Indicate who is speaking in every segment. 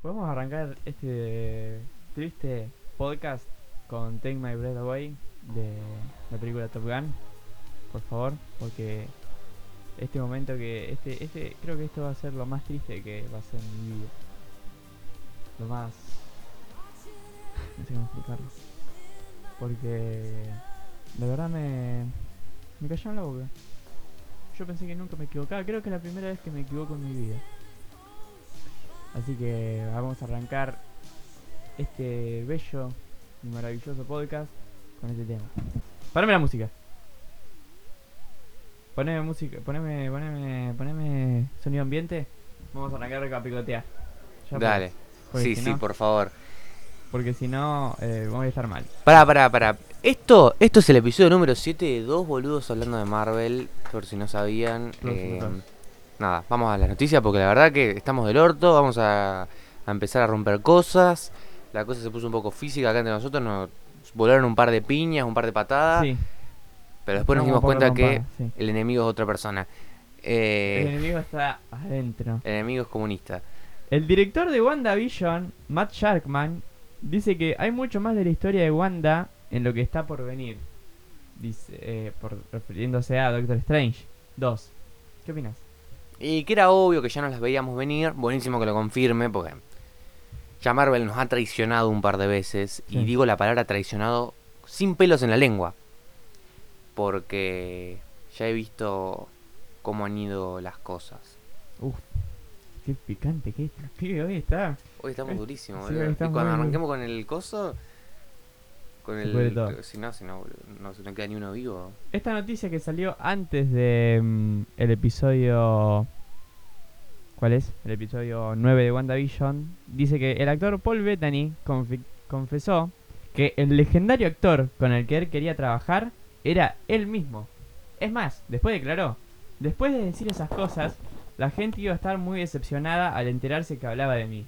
Speaker 1: Podemos arrancar este triste podcast con Take My Breath Away de la película Top Gun, por favor, porque este momento que este este creo que esto va a ser lo más triste que va a ser en mi vida. Lo más no sé cómo explicarlo. Porque de verdad me me cayó en la boca. Yo pensé que nunca me equivocaba, creo que es la primera vez que me equivoco en mi vida. Así que vamos a arrancar este bello y maravilloso podcast con este tema. Poneme la música. Poneme música, poneme, poneme, poneme sonido ambiente. Vamos a arrancar con la picotea. Ya
Speaker 2: Dale.
Speaker 1: pues, porque
Speaker 2: Sí,
Speaker 1: si
Speaker 2: sí,
Speaker 1: no-
Speaker 2: por favor.
Speaker 1: Porque si no, eh, voy a estar mal.
Speaker 2: Pará, pará, pará. Esto, esto es el episodio número 7 de Dos Boludos hablando de Marvel, por si no sabían.
Speaker 1: No,
Speaker 2: eh,
Speaker 1: no.
Speaker 2: nada, vamos a las noticias porque la verdad que estamos del orto, vamos a, a empezar a romper cosas. La cosa se puso un poco física acá entre nosotros, nos volaron un par de piñas, un par de patadas,
Speaker 1: sí.
Speaker 2: pero después nos
Speaker 1: vamos
Speaker 2: dimos
Speaker 1: por la
Speaker 2: cuenta que
Speaker 1: rompada, sí.
Speaker 2: el enemigo es otra persona.
Speaker 1: El
Speaker 2: Eh,
Speaker 1: enemigo está adentro.
Speaker 2: el enemigo es comunista.
Speaker 1: El director de WandaVision, Matt Sharkman, dice que hay mucho más de la historia de Wanda en lo que está por venir. Dice, eh, por, refiriéndose a Doctor Strange 2. ¿Qué opinas?
Speaker 2: Y que era obvio que ya nos las veíamos venir. Buenísimo que lo confirme, porque ya Marvel nos ha traicionado un par de veces.
Speaker 1: Sí.
Speaker 2: Y digo la palabra traicionado sin pelos en la lengua. Porque ya he visto cómo han ido las cosas.
Speaker 1: Uf, qué picante que este pibe hoy está.
Speaker 2: Hoy estamos
Speaker 1: Eh,
Speaker 2: durísimos,
Speaker 1: sí,
Speaker 2: boludo.
Speaker 1: hoy
Speaker 2: y
Speaker 1: estamos
Speaker 2: cuando
Speaker 1: muy-
Speaker 2: arranquemos con el coso. Con
Speaker 1: Se puede
Speaker 2: el.
Speaker 1: todo.
Speaker 2: Si no, si no, boludo, no, si no queda ni uno vivo.
Speaker 1: Esta noticia que salió antes de mm, el episodio ¿Cuál es? El episodio 9 de WandaVision dice que el actor Paul Bettany confi- confesó que el legendario actor con el que él quería trabajar era él mismo. Es más, después declaró, después de decir esas cosas, la gente iba a estar muy decepcionada al enterarse que hablaba de mí.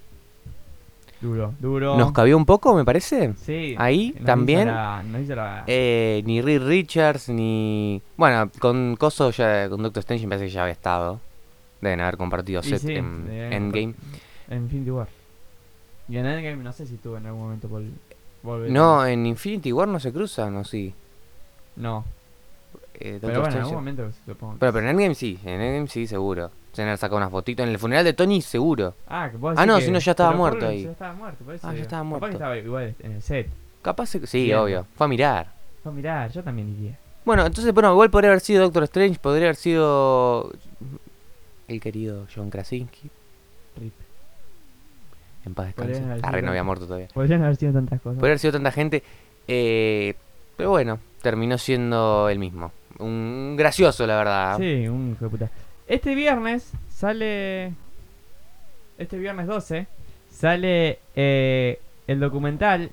Speaker 1: Duro, duro.
Speaker 2: Nos cabió un poco, me parece.
Speaker 1: sí,
Speaker 2: ahí
Speaker 1: nos hizo
Speaker 2: también.
Speaker 1: la- nos hizo la-
Speaker 2: Eh, ni Reed Richards, ni. Bueno, con Coso ya. Con Doctor Strange me parece que ya había estado. Deben haber compartido
Speaker 1: Y
Speaker 2: set
Speaker 1: sí,
Speaker 2: en
Speaker 1: deben
Speaker 2: Endgame.
Speaker 1: En Infinity War. Y en Endgame no sé si tuvo en algún momento por volver.
Speaker 2: No, en Infinity War no se cruzan, ¿o sí?
Speaker 1: No.
Speaker 2: Eh,
Speaker 1: Pero
Speaker 2: Doctor
Speaker 1: bueno, en
Speaker 2: Strange-
Speaker 1: algún momento supongo.
Speaker 2: pero, pero en Endgame sí, en Endgame sí, seguro. Se han sacado unas fotitos. En el funeral de Tony, seguro.
Speaker 1: Ah, que vos
Speaker 2: Ah,
Speaker 1: decís
Speaker 2: no,
Speaker 1: que-
Speaker 2: si no ya estaba
Speaker 1: pero
Speaker 2: muerto
Speaker 1: Paul
Speaker 2: ahí.
Speaker 1: Ya estaba muerto, por eso
Speaker 2: Ah, ya
Speaker 1: digo.
Speaker 2: estaba
Speaker 1: Capaz que
Speaker 2: muerto.
Speaker 1: estaba igual en el set.
Speaker 2: Capaz que- Sí,
Speaker 1: Bien.
Speaker 2: obvio. Fue a mirar.
Speaker 1: No, mirá, yo también iría.
Speaker 2: Bueno, entonces, bueno, igual podría haber sido Doctor Strange, podría haber sido. El querido John Krasinski.
Speaker 1: Rip.
Speaker 2: En paz
Speaker 1: Podrían
Speaker 2: descanse.
Speaker 1: haber sido
Speaker 2: Arre, no había
Speaker 1: Doctor-
Speaker 2: muerto todavía.
Speaker 1: Podrían haber sido tantas cosas.
Speaker 2: Podría haber sido tanta gente. eh, pero bueno, terminó siendo el mismo. Un, un gracioso, la verdad.
Speaker 1: Sí, un hijo de puta. Este viernes sale. Este viernes 12 sale eh, el documental,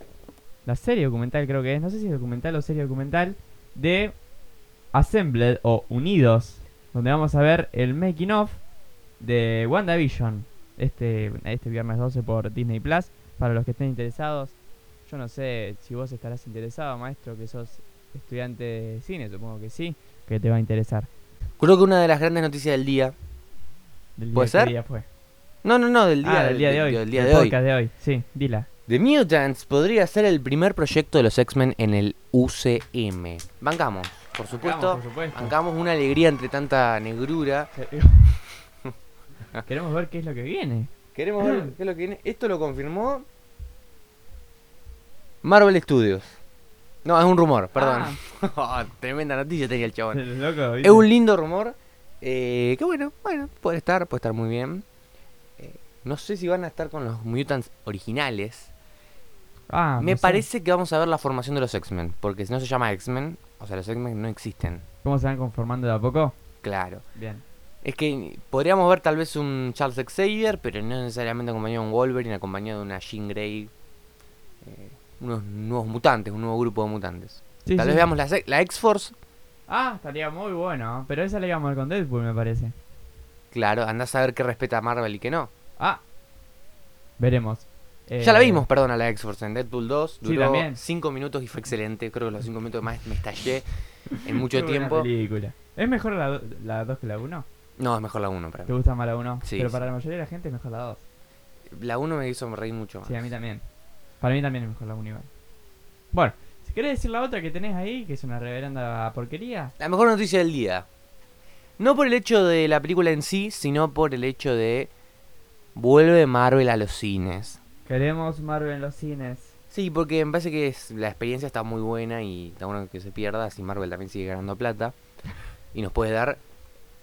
Speaker 1: la serie documental creo que es, no sé si es documental o serie documental, de Assembled o Unidos, donde vamos a ver el making of de WandaVision. Este, este viernes 12 por Disney Plus, para los que estén interesados. Yo no sé si vos estarás interesado, maestro, que sos estudiante de cine, supongo que sí, que te va a interesar.
Speaker 2: Creo que una de las grandes noticias del día.
Speaker 1: Del día
Speaker 2: ¿Puede
Speaker 1: que
Speaker 2: ser?
Speaker 1: día fue.
Speaker 2: No, no, no, del día,
Speaker 1: ah, del día de hoy.
Speaker 2: Del día
Speaker 1: del
Speaker 2: de hoy.
Speaker 1: podcast de hoy. Sí, dila.
Speaker 2: The Mutants podría ser el primer proyecto de los X-Men en el UCM. Bancamos, por supuesto.
Speaker 1: Por supuesto.
Speaker 2: Bancamos una alegría entre tanta negrura.
Speaker 1: Queremos ver qué es lo que viene.
Speaker 2: Queremos ver qué es lo que viene. Esto lo confirmó Marvel Studios. No, es un rumor, perdón.
Speaker 1: Ah.
Speaker 2: Tremenda noticia tenía el chabón.
Speaker 1: Loco, ¿viste?
Speaker 2: Es un lindo rumor. eh, que bueno, bueno, puede estar, puede estar muy bien. Eh, no sé si van a estar con los mutants originales.
Speaker 1: Ah,
Speaker 2: Me
Speaker 1: no sé.
Speaker 2: parece que vamos a ver la formación de los X-Men. Porque si no se llama X-Men, o sea, los X-Men no existen.
Speaker 1: ¿Cómo se van conformando de a poco?
Speaker 2: Claro.
Speaker 1: Bien.
Speaker 2: Es que podríamos ver tal vez un Charles Xavier, pero no necesariamente acompañado de un Wolverine, acompañado de una Jean Grey. eh, unos nuevos mutantes, un nuevo grupo de mutantes.
Speaker 1: Sí,
Speaker 2: tal
Speaker 1: sí.
Speaker 2: vez veamos la, la X-Force.
Speaker 1: Ah, estaría muy bueno. Pero esa la íbamos a ver con Deadpool, me parece.
Speaker 2: Claro, andás a ver qué respeta a Marvel y qué no.
Speaker 1: Ah. Veremos.
Speaker 2: Ya la
Speaker 1: Eh,
Speaker 2: vimos, perdón, a la X-Force en Deadpool 2.
Speaker 1: Sí,
Speaker 2: Duró
Speaker 1: también.
Speaker 2: 5 minutos y fue excelente. Creo que los 5 minutos más me estallé en
Speaker 1: qué
Speaker 2: mucho
Speaker 1: buena
Speaker 2: tiempo.
Speaker 1: película. ¿Es mejor la 2 que la 1?
Speaker 2: No, es mejor la 1 para
Speaker 1: ¿Te
Speaker 2: mí.
Speaker 1: gusta más la 1?
Speaker 2: Sí,
Speaker 1: Pero
Speaker 2: sí.
Speaker 1: para la mayoría de la gente es mejor la 2.
Speaker 2: La 1 me hizo reír mucho más.
Speaker 1: Sí, a mí también. Para mí también es mejor la 1 igual. Bueno, si querés decir la otra que tenés ahí, que es una reverenda porquería.
Speaker 2: La mejor noticia del día. No por el hecho de la película en sí, sino por el hecho de. Vuelve Marvel a los cines.
Speaker 1: Queremos Marvel en los cines.
Speaker 2: Sí, porque me parece que es- la experiencia está muy buena y está bueno que se pierda. Así Marvel también sigue ganando plata. Y nos puede dar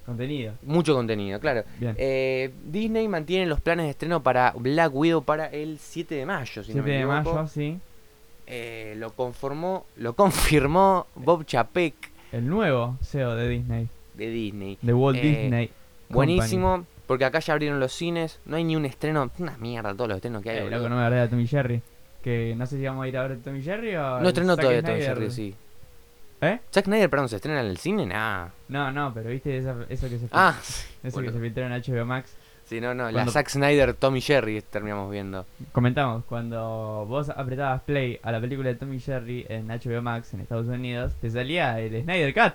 Speaker 1: Contenido.
Speaker 2: mucho contenido, claro.
Speaker 1: Bien.
Speaker 2: Eh, Disney mantiene los planes de estreno para Black Widow para el 7 de mayo, si
Speaker 1: 7
Speaker 2: no me
Speaker 1: de
Speaker 2: equivoco.
Speaker 1: mayo, sí.
Speaker 2: Eh, lo conformó, lo confirmó Bob Chapek
Speaker 1: El nuevo CEO de Disney.
Speaker 2: de Disney.
Speaker 1: De Walt
Speaker 2: Eh,
Speaker 1: Disney. Company.
Speaker 2: Buenísimo, porque acá ya abrieron los cines, no hay ni un estreno, una mierda todos los estrenos que hay.
Speaker 1: Eh,
Speaker 2: boludo.
Speaker 1: loco, no me hablé de Tommy Jerry. Que no sé si vamos a ir a ver Tommy Jerry o.
Speaker 2: No
Speaker 1: el
Speaker 2: estrenó
Speaker 1: Zack
Speaker 2: todavía Tom y
Speaker 1: Snyder.
Speaker 2: Jerry, sí.
Speaker 1: ¿Eh?
Speaker 2: Zack Snyder, perdón, ¿se estrena en el cine? Nah.
Speaker 1: No, no, pero viste esa- eso que se fil-
Speaker 2: Ah,
Speaker 1: eso
Speaker 2: boludo.
Speaker 1: que se filtró en HBO Max.
Speaker 2: sí, no, no, la
Speaker 1: Cuando-
Speaker 2: Zack Snyder, Tom y Jerry terminamos viendo.
Speaker 1: Comentamos, cuando vos apretabas play a la película de Tommy Jerry en HBO Max en Estados Unidos, te salía el Snyder Cut.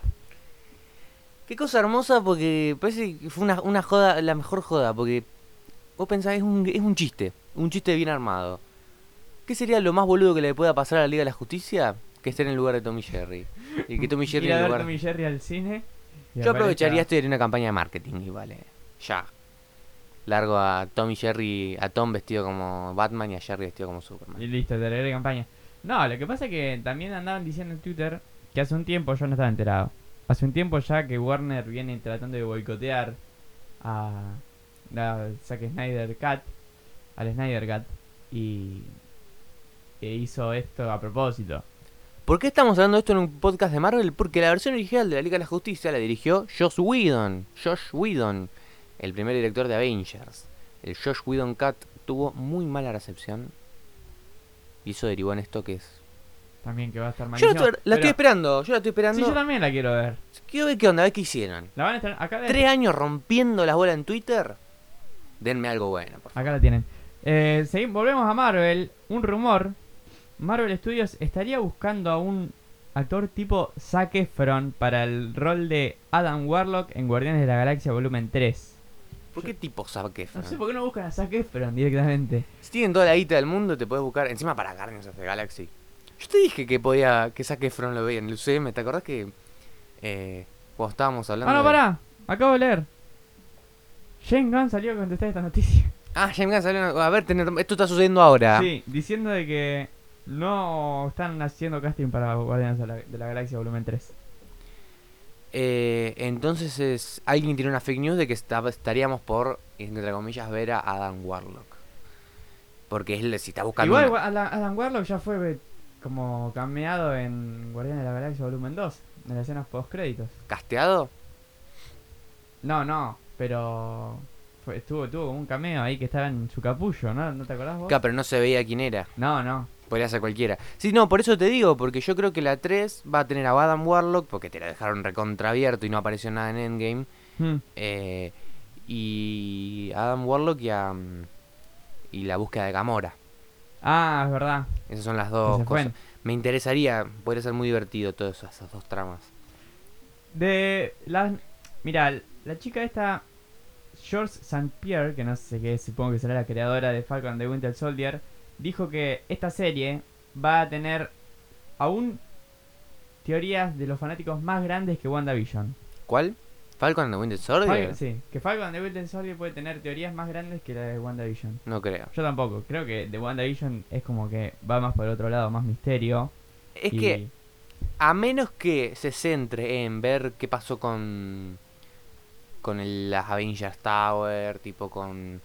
Speaker 2: Qué cosa hermosa porque parece que fue una, una joda, la mejor joda, porque vos pensás, es un, es un chiste, un chiste bien armado. ¿Qué sería lo más boludo que le pueda pasar a la Liga de la Justicia? Que esté en el lugar de Tommy Jerry. Y que Tommy Jerry
Speaker 1: Ir
Speaker 2: en
Speaker 1: a
Speaker 2: el
Speaker 1: ver
Speaker 2: lugar...
Speaker 1: Tommy Jerry al cine. y
Speaker 2: Yo
Speaker 1: aparezca-
Speaker 2: aprovecharía esto y haría una campaña de marketing y vale, ya. Largo a Tommy Jerry, a Tom vestido como Batman y a Jerry vestido como Superman.
Speaker 1: Y listo, te agregué campaña. No, lo que pasa es que también andaban diciendo en Twitter que hace un tiempo yo no estaba enterado. Hace un tiempo ya que Warner viene tratando de boicotear a la Zack Snyder Cat, al Snyder Cat, y e hizo esto a propósito.
Speaker 2: ¿Por qué estamos hablando de esto en un podcast de Marvel? Porque la versión original de la Liga de la Justicia la dirigió Josh Whedon. Josh Whedon, el primer director de Avengers. El Josh Whedon Cat tuvo muy mala recepción. Y eso derivó en esto que es.
Speaker 1: También que va a estar mal.
Speaker 2: Yo la, estoy- la estoy esperando, yo la estoy esperando.
Speaker 1: Sí, yo también Eh. la quiero ver.
Speaker 2: Quiero ver qué onda, a ver qué hicieron.
Speaker 1: La van a estar acá. la-
Speaker 2: Tres años rompiendo las bolas en Twitter. Denme algo bueno, por favor.
Speaker 1: Acá la tienen. Eh, segui- volvemos a Marvel. Un rumor. Marvel Studios estaría buscando a un actor tipo Zac Efron para el rol de Adam Warlock en Guardianes de la Galaxia Volumen 3.
Speaker 2: ¿Por qué tipo Zac
Speaker 1: No
Speaker 2: Efron?
Speaker 1: sé por qué no buscan a Zac Efron directamente.
Speaker 2: Si tienen toda la guita del mundo, te puedes buscar. Encima para Guardians of the Galaxy. Yo te dije que podía que Zac Efron lo veía en el UCM. ¿Te acordás que eh, cuando estábamos hablando?
Speaker 1: Ah, no,
Speaker 2: de-
Speaker 1: pará. Acabo de leer. Shane Gunn salió a contestar esta noticia.
Speaker 2: Ah, James Gunn salió. una- A ver, tenés- esto está sucediendo ahora.
Speaker 1: Sí, diciendo de que no están haciendo casting para Guardianes de la, de la Galaxia Volumen 3.
Speaker 2: Eh, entonces es, alguien tiene una fake news de que está- estaríamos por, entre comillas, ver a Adam Warlock. Porque él si está buscando.
Speaker 1: Igual
Speaker 2: una-
Speaker 1: Wa- Alan, Alan Warlock ya fue eh, como cameado en Guardianes de la Galaxia Volumen 2, en las escenas post créditos.
Speaker 2: ¿Casteado?
Speaker 1: No, no, pero fue- estuvo, tuvo un cameo ahí que estaba en su capullo, ¿no? ¿No te acordás vos?
Speaker 2: Claro, pero no se veía quién era.
Speaker 1: no, no.
Speaker 2: Podría ser cualquiera. Sí, no, por eso te digo, porque yo creo que la 3 va a tener a Adam Warlock, porque te la dejaron recontraabierto y no apareció nada en Endgame.
Speaker 1: Hmm.
Speaker 2: eh, y Adam Warlock y, a, mm, y la búsqueda de Gamora.
Speaker 1: Ah, es verdad.
Speaker 2: Esas son las
Speaker 1: que
Speaker 2: dos
Speaker 1: se fue.
Speaker 2: cosas. Me interesaría, podría ser muy divertido todas esas, esas dos tramas.
Speaker 1: De las... Mira, la chica esta, George St. Pierre, que no sé qué, es, supongo que será la creadora de Falcon de Winter Soldier, dijo que esta serie va a tener aún teorías de los fanáticos más grandes que WandaVision.
Speaker 2: ¿Cuál? ¿Falcon and the Winter Soldier?
Speaker 1: Fal- sí, que Falcon de Winter Soldier puede tener teorías más grandes que la de WandaVision.
Speaker 2: No creo.
Speaker 1: Yo tampoco, creo que de WandaVision es como que va más por otro lado, más misterio.
Speaker 2: Es
Speaker 1: y-
Speaker 2: que a menos que se centre en ver qué pasó con con el- las Avengers Tower, tipo con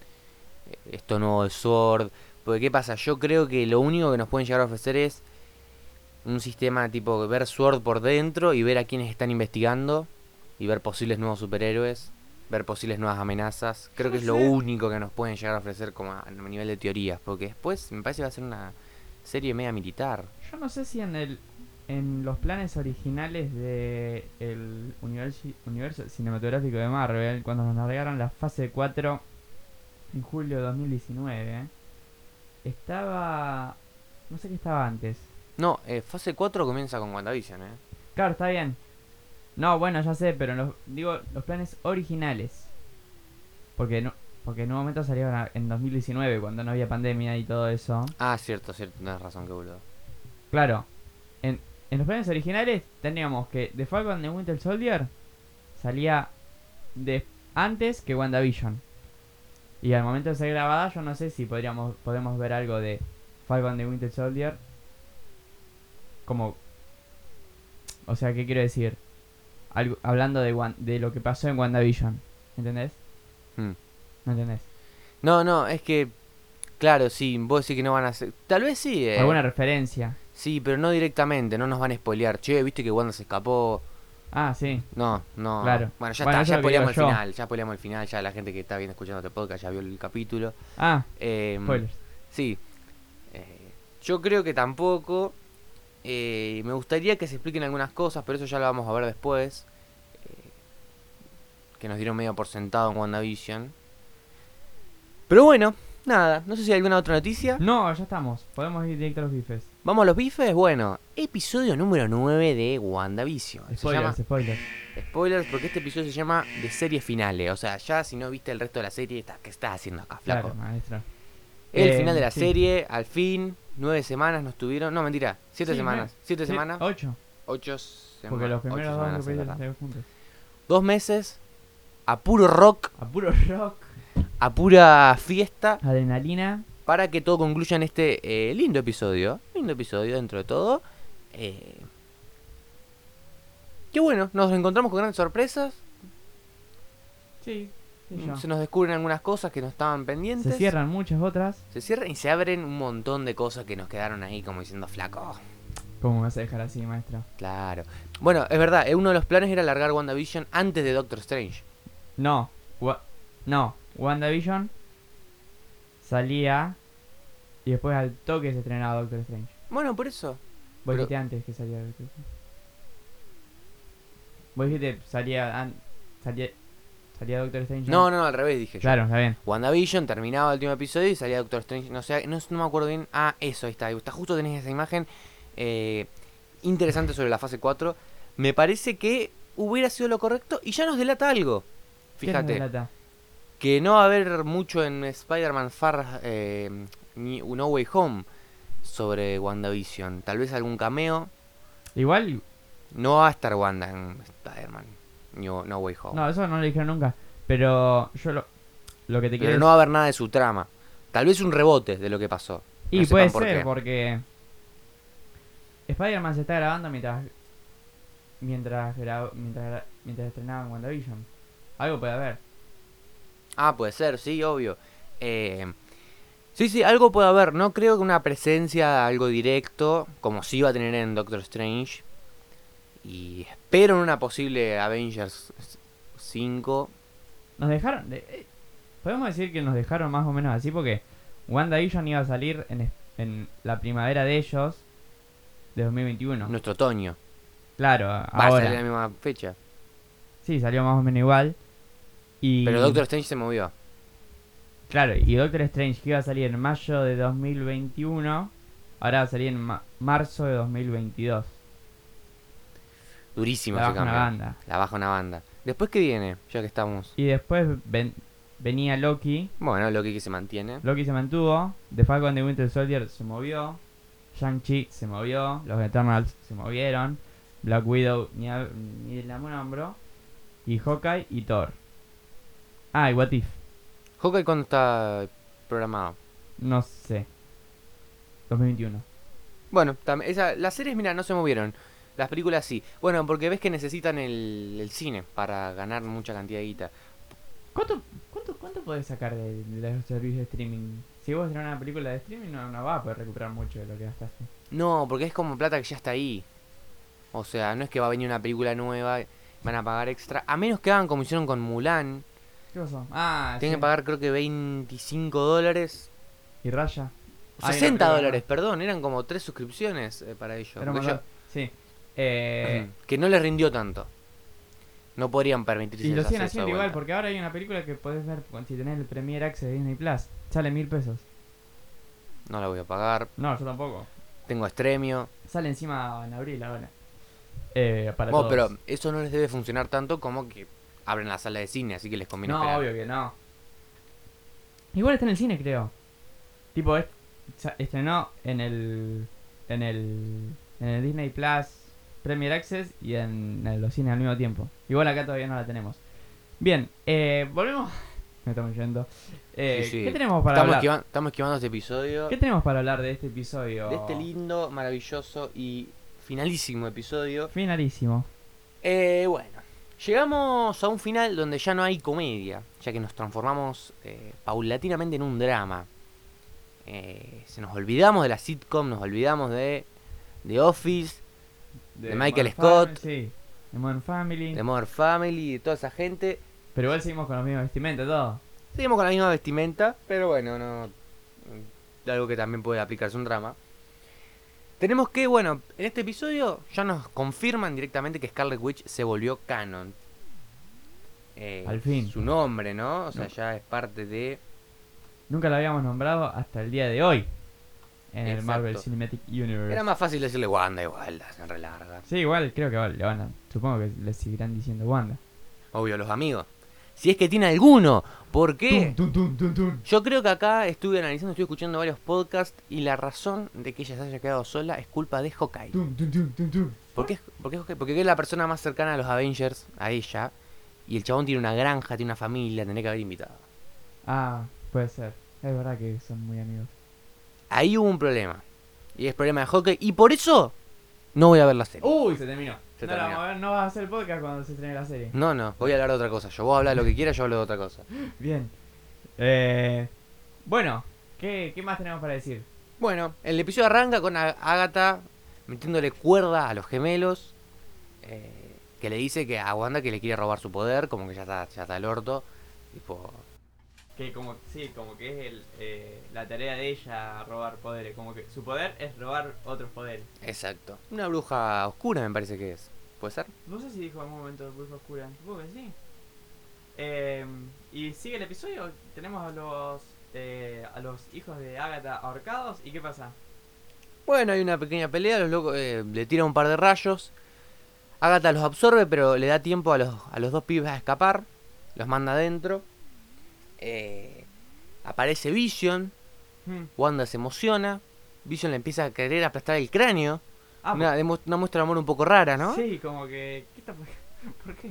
Speaker 2: eh, esto nuevo de Sword, porque qué pasa, yo creo que lo único que nos pueden llegar a ofrecer es un sistema tipo ver Sword por dentro y ver a quienes están investigando y ver posibles nuevos superhéroes, ver posibles nuevas amenazas. Creo que es lo
Speaker 1: sé.
Speaker 2: único que nos pueden llegar a ofrecer como a, a nivel de teorías, porque después me parece que va a ser una serie media militar.
Speaker 1: Yo no sé si en el en los planes originales de el universo, universo cinematográfico de Marvel, cuando nos navegaron la fase 4 en julio de 2019, estaba... No sé qué estaba antes.
Speaker 2: No, eh, fase 4 comienza con WandaVision, ¿eh?
Speaker 1: Claro, está bien. No, bueno, ya sé, pero los, digo los planes originales. Porque no, Porque en un momento salieron a- en 2019, cuando no había pandemia y todo eso.
Speaker 2: Ah, cierto, cierto, tenés razón, qué boludo.
Speaker 1: Claro, en, en los planes originales teníamos que The Falcon de Winter Soldier salía de, antes que WandaVision. Y al momento de ser grabada, yo no sé si podríamos podemos ver algo de Falcon de Winter Soldier. Como. O sea, ¿qué quiero decir? Algo- hablando de, Wan- de lo que pasó en WandaVision. ¿Entendés?
Speaker 2: Hmm.
Speaker 1: ¿No entendés?
Speaker 2: No, no, es que. Claro, sí, vos sí que no van a hacer. Tal vez sí, eh.
Speaker 1: ¿Alguna referencia?
Speaker 2: Sí, pero no directamente, no nos van a spoilear. Che, viste que Wanda se escapó.
Speaker 1: Ah, sí.
Speaker 2: No, no.
Speaker 1: Claro.
Speaker 2: Bueno, ya
Speaker 1: Bueno, eso
Speaker 2: está,
Speaker 1: es
Speaker 2: ya
Speaker 1: lo que
Speaker 2: spoileamos el
Speaker 1: digo yo.
Speaker 2: final. Ya spoileamos el final, ya la gente que está viendo escuchando este podcast ya vio el capítulo.
Speaker 1: Ah,
Speaker 2: Eh,
Speaker 1: spoilers.
Speaker 2: Sí. Eh, yo creo que tampoco. Eh, me gustaría que se expliquen algunas cosas, pero eso ya lo vamos a ver después. Eh, que nos dieron medio por sentado en WandaVision. Pero bueno, nada. No sé si hay alguna otra noticia.
Speaker 1: No, ya estamos. Podemos ir directo a los bifes.
Speaker 2: Vamos a los bifes. Bueno, episodio número 9 de WandaVision. Se
Speaker 1: Spoilers, spoilers.
Speaker 2: llama- spoilers, porque este episodio se llama de serie finales. O sea, ya si no viste el resto de la serie, está- ¿qué estás haciendo acá, flaco?
Speaker 1: Claro, maestro.
Speaker 2: El
Speaker 1: Eh,
Speaker 2: final de la
Speaker 1: sí.
Speaker 2: serie, al fin, nueve semanas nos tuvieron. No, mentira, siete
Speaker 1: Sí,
Speaker 2: semanas. Siete
Speaker 1: Sí,
Speaker 2: semanas,
Speaker 1: Ocho.
Speaker 2: ocho semanas.
Speaker 1: Porque los primeros dos
Speaker 2: semanas, es
Speaker 1: capítulos
Speaker 2: verdad.
Speaker 1: salieron juntos.
Speaker 2: Dos meses a puro rock,
Speaker 1: A puro rock,
Speaker 2: a pura fiesta,
Speaker 1: adrenalina.
Speaker 2: para que todo concluya en este eh, lindo episodio. Lindo episodio dentro de todo. Eh, qué bueno, nos encontramos con grandes sorpresas.
Speaker 1: Sí, sí, yo.
Speaker 2: Se nos descubren algunas cosas que no estaban pendientes.
Speaker 1: Se cierran muchas otras.
Speaker 2: Se cierran y se abren un montón de cosas que nos quedaron ahí como diciendo flaco.
Speaker 1: ¿Cómo me vas a dejar así, maestro?
Speaker 2: Claro. Bueno, es verdad, eh, uno de los planes era largar WandaVision antes de Doctor Strange.
Speaker 1: No. Wa- no. WandaVision salía y después al toque se estrenaba Doctor Strange.
Speaker 2: Bueno, por eso.
Speaker 1: Vos
Speaker 2: Pero-
Speaker 1: dijiste antes que salía Doctor Strange. Vos dijiste salía, an- salía, salía Doctor Strange.
Speaker 2: No, no, no, al revés dije yo.
Speaker 1: Claro, está bien.
Speaker 2: WandaVision terminaba el último episodio y salía Doctor Strange. No sé, no, no me acuerdo bien. Ah, eso, ahí está. Está justo tenés esa imagen eh, interesante sobre la fase 4. Me parece que hubiera sido lo correcto y ya nos delata algo.
Speaker 1: ¿Qué nos
Speaker 2: Fíjate,
Speaker 1: relata?
Speaker 2: que no va a haber mucho en Spider-Man Far eh, ni No Way Home sobre WandaVision. Tal vez algún cameo,
Speaker 1: Igual,
Speaker 2: No va a estar Wanda en Spider-Man. No, no Way Home.
Speaker 1: no, eso no lo dijeron nunca. Pero yo lo, lo que te quiero
Speaker 2: Pero no va a haber nada de su trama. Tal vez un rebote de lo que pasó.
Speaker 1: Y
Speaker 2: no sepan
Speaker 1: puede
Speaker 2: por
Speaker 1: ser,
Speaker 2: qué.
Speaker 1: porque Spider-Man se está grabando mientras mientras gra- mientras, gra- mientras estrenaban WandaVision. Algo puede haber.
Speaker 2: Ah, puede ser, sí, obvio. Eh, sí, sí, algo puede haber. No creo que una presencia, algo directo, como sí va a tener en Doctor Strange. Y espero en una posible Avengers 5.
Speaker 1: Nos dejaron... de- eh, podemos decir que nos dejaron más o menos así porque WandaVision iba a salir en, es- en la primavera de ellos, de 2021.
Speaker 2: Nuestro otoño.
Speaker 1: Claro,
Speaker 2: Va a salir a la
Speaker 1: ahora.
Speaker 2: misma fecha.
Speaker 1: Sí, salió más o menos igual. Y,
Speaker 2: Pero Doctor Strange se movió.
Speaker 1: Claro, y Doctor Strange que iba a salir en mayo de 2021, ahora va a salir en ma- marzo de 2022.
Speaker 2: Durísimo
Speaker 1: La
Speaker 2: ese
Speaker 1: baja una
Speaker 2: cambio.
Speaker 1: banda.
Speaker 2: La baja una banda. Después que viene, ya que estamos.
Speaker 1: Y después ven- venía Loki.
Speaker 2: Bueno, lo que se mantiene.
Speaker 1: Loki se mantuvo. The Falcon de Winter Soldier se movió. Shang-Chi se movió. Los Eternals se movieron. Black Widow ni, hab- ni la nombro. Y Hawkeye y Thor. Ah, y What If.
Speaker 2: Hawkeye cuando está programado.
Speaker 1: No sé. 2021.
Speaker 2: Bueno, tam- esa, las series, mira, no se movieron. Las películas sí. Bueno, porque ves que necesitan el, el cine para ganar mucha cantidad de guita.
Speaker 1: ¿Cuánto, cuánto, cuánto podés sacar de, de los servicios de streaming? Si vos tenés una película de streaming, no, no vas a poder recuperar mucho de lo que gastaste.
Speaker 2: No, porque es como plata que ya está ahí. O sea, no es que va a venir una película nueva, van a pagar extra. A menos que hagan como hicieron con Mulan.
Speaker 1: ¿Qué pasó? Ah,
Speaker 2: Tienen
Speaker 1: sí.
Speaker 2: que pagar creo que 25 dólares.
Speaker 1: Y Raya. Ah, y la
Speaker 2: 60
Speaker 1: película
Speaker 2: dólares, perdón. Eran como tres suscripciones eh, para ellos.
Speaker 1: nueva. Era un
Speaker 2: porque ya-
Speaker 1: montón. Sí. Eh,
Speaker 2: que no les rindió tanto. No podrían permitirse
Speaker 1: y lo siguen
Speaker 2: el acceso de
Speaker 1: haciendo igual,
Speaker 2: vuelta.
Speaker 1: porque ahora hay una película que podés ver con- si tenés el Premier Access de Disney Plus. Sale mil pesos.
Speaker 2: No la voy a pagar.
Speaker 1: No, yo tampoco.
Speaker 2: Tengo estremio.
Speaker 1: Sale encima en abril ahora. Eh, para
Speaker 2: Bueno,
Speaker 1: todos.
Speaker 2: pero eso no les debe funcionar tanto como que abren la sala de cine, así que les conviene
Speaker 1: no,
Speaker 2: esperar.
Speaker 1: obvio que no. Igual está en el cine, creo. Tipo, est- sa- estrenó en el, en el. En el Disney Plus Premier Access y en, en los cines al mismo tiempo. Igual acá todavía no la tenemos. Bien, eh, volvemos. Me estamos yendo. Eh,
Speaker 2: Sí, sí.
Speaker 1: ¿Qué tenemos para
Speaker 2: Estamos,
Speaker 1: hablar?
Speaker 2: esquivan- estamos esquivando este episodio.
Speaker 1: ¿Qué tenemos para hablar de este episodio?
Speaker 2: de este lindo, maravilloso y finalísimo episodio.
Speaker 1: Finalísimo.
Speaker 2: Eh, bueno, llegamos a un final donde ya no hay comedia, ya que nos transformamos eh, paulatinamente en un drama. Eh, se nos olvidamos de la sitcom, nos olvidamos de The Office, De Michael
Speaker 1: Modern
Speaker 2: Scott.
Speaker 1: Family, sí. De Modern Family.
Speaker 2: de Modern Family, de toda esa gente.
Speaker 1: Pero igual seguimos con los mismos vestimentos, todo.
Speaker 2: Seguimos con la misma vestimenta, pero bueno, no. mm, Algo que también puede aplicarse un drama. Tenemos que, bueno, en este episodio ya nos confirman directamente que Scarlet Witch se volvió canon. Eh,
Speaker 1: Al fin.
Speaker 2: Su nombre, ¿no? O sea,
Speaker 1: No.
Speaker 2: ya es parte de.
Speaker 1: Nunca la habíamos nombrado hasta el día de hoy. En el
Speaker 2: Exacto.
Speaker 1: Marvel Cinematic Universe.
Speaker 2: Era más fácil decirle Wanda igual, la hacen re larga.
Speaker 1: Sí, igual creo que va- le van a. Supongo que le seguirán diciendo Wanda.
Speaker 2: Obvio, los amigos. Si es que tiene alguno, ¿por qué?
Speaker 1: Tum, tum, tum, tum, tum.
Speaker 2: Yo creo que acá estuve analizando, estuve escuchando varios podcasts y la razón de que ella se haya quedado sola es culpa de Hawkeye.
Speaker 1: Tum, tum, tum, tum, tum.
Speaker 2: ¿Por qué, por qué Hawkeye? Porque es la persona más cercana a los Avengers, a ella, y el chabón tiene una granja, tiene una familia, tendría que haber invitado.
Speaker 1: Ah, puede ser. Es verdad que son muy amigos.
Speaker 2: Ahí hubo un problema. Y es problema de Hawkeye, y por eso no voy a ver la serie.
Speaker 1: Uy, se terminó.
Speaker 2: Se
Speaker 1: no, la
Speaker 2: terminó. Mm.
Speaker 1: vamos a ver, no vas a hacer podcast cuando se estrene la serie.
Speaker 2: No, no, voy a hablar de otra cosa. Yo vos hablar lo que quieras, yo hablo de otra cosa.
Speaker 1: Bien. Eh, bueno, ¿qué, ¿qué más tenemos para decir?
Speaker 2: Bueno, el episodio arranca con A- Agatha metiéndole cuerda a los gemelos. eh, que le dice que a Wanda que le quiere robar su poder, como que ya está, ya está el orto. Tipo,
Speaker 1: Que como, sí, como que es el, eh, la tarea de ella robar poderes. Como que su poder es robar otros poderes.
Speaker 2: exacto. Una bruja oscura me parece que es. ¿Puede ser?
Speaker 1: No sé si dijo en algún momento Bruja Oscura. Supongo que sí. Eh, y sigue el episodio. Tenemos a los, eh, a los hijos de Agatha ahorcados. ¿Y qué pasa?
Speaker 2: Bueno, hay una pequeña pelea, los locos eh, le tira un par de rayos. Agatha los absorbe, pero le da tiempo a los, a los dos pibes a escapar. Los manda adentro. Eh, aparece Vision.
Speaker 1: Hmm.
Speaker 2: Wanda se emociona. Vision le empieza a querer aplastar el cráneo.
Speaker 1: Ah,
Speaker 2: Una, demu- una muestra de amor un poco rara, ¿no?
Speaker 1: Sí, como que. ¿qué está, pa- ¿Por qué?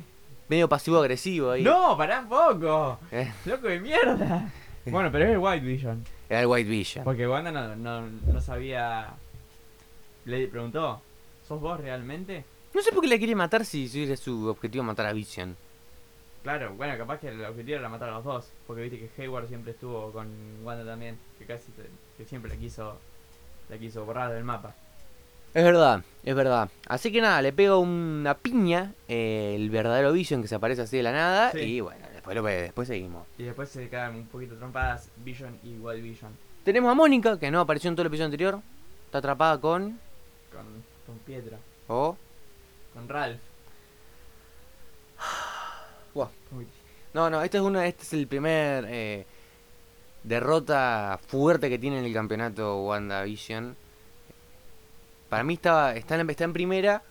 Speaker 2: Medio pasivo-agresivo ahí.
Speaker 1: ¡No! ¡Pará un poco!
Speaker 2: Eh,
Speaker 1: ¡Loco de mierda! bueno, pero es el White Vision.
Speaker 2: era el White Vision.
Speaker 1: Porque Wanda no, no, no sabía. Le preguntó: ¿Sos vos realmente?
Speaker 2: No sé por qué la quiere matar si, si era su objetivo matar a Vision.
Speaker 1: Claro, bueno, capaz que el objetivo era matar a los dos, porque viste que Hayward siempre estuvo con Wanda también, que casi te- que siempre la quiso la quiso borrar del mapa.
Speaker 2: Es verdad, es verdad. Así que nada, le pega una piña eh, el verdadero Vision que se aparece así de la nada.
Speaker 1: Sí.
Speaker 2: Y bueno, después, lo, ve- después seguimos.
Speaker 1: Y después se quedan un poquito trompadas Vision y Wild Vision
Speaker 2: Tenemos a Mónica, que no apareció en todo el episodio anterior. Está atrapada con.
Speaker 1: con, con Pietro,
Speaker 2: Oh.
Speaker 1: con Ralph.
Speaker 2: Buah.
Speaker 1: Uy.
Speaker 2: No, no, este es, una, este es el primer eh, derrota fuerte que tiene en el campeonato WandaVision. Para mí estaba, está, en, está en primera,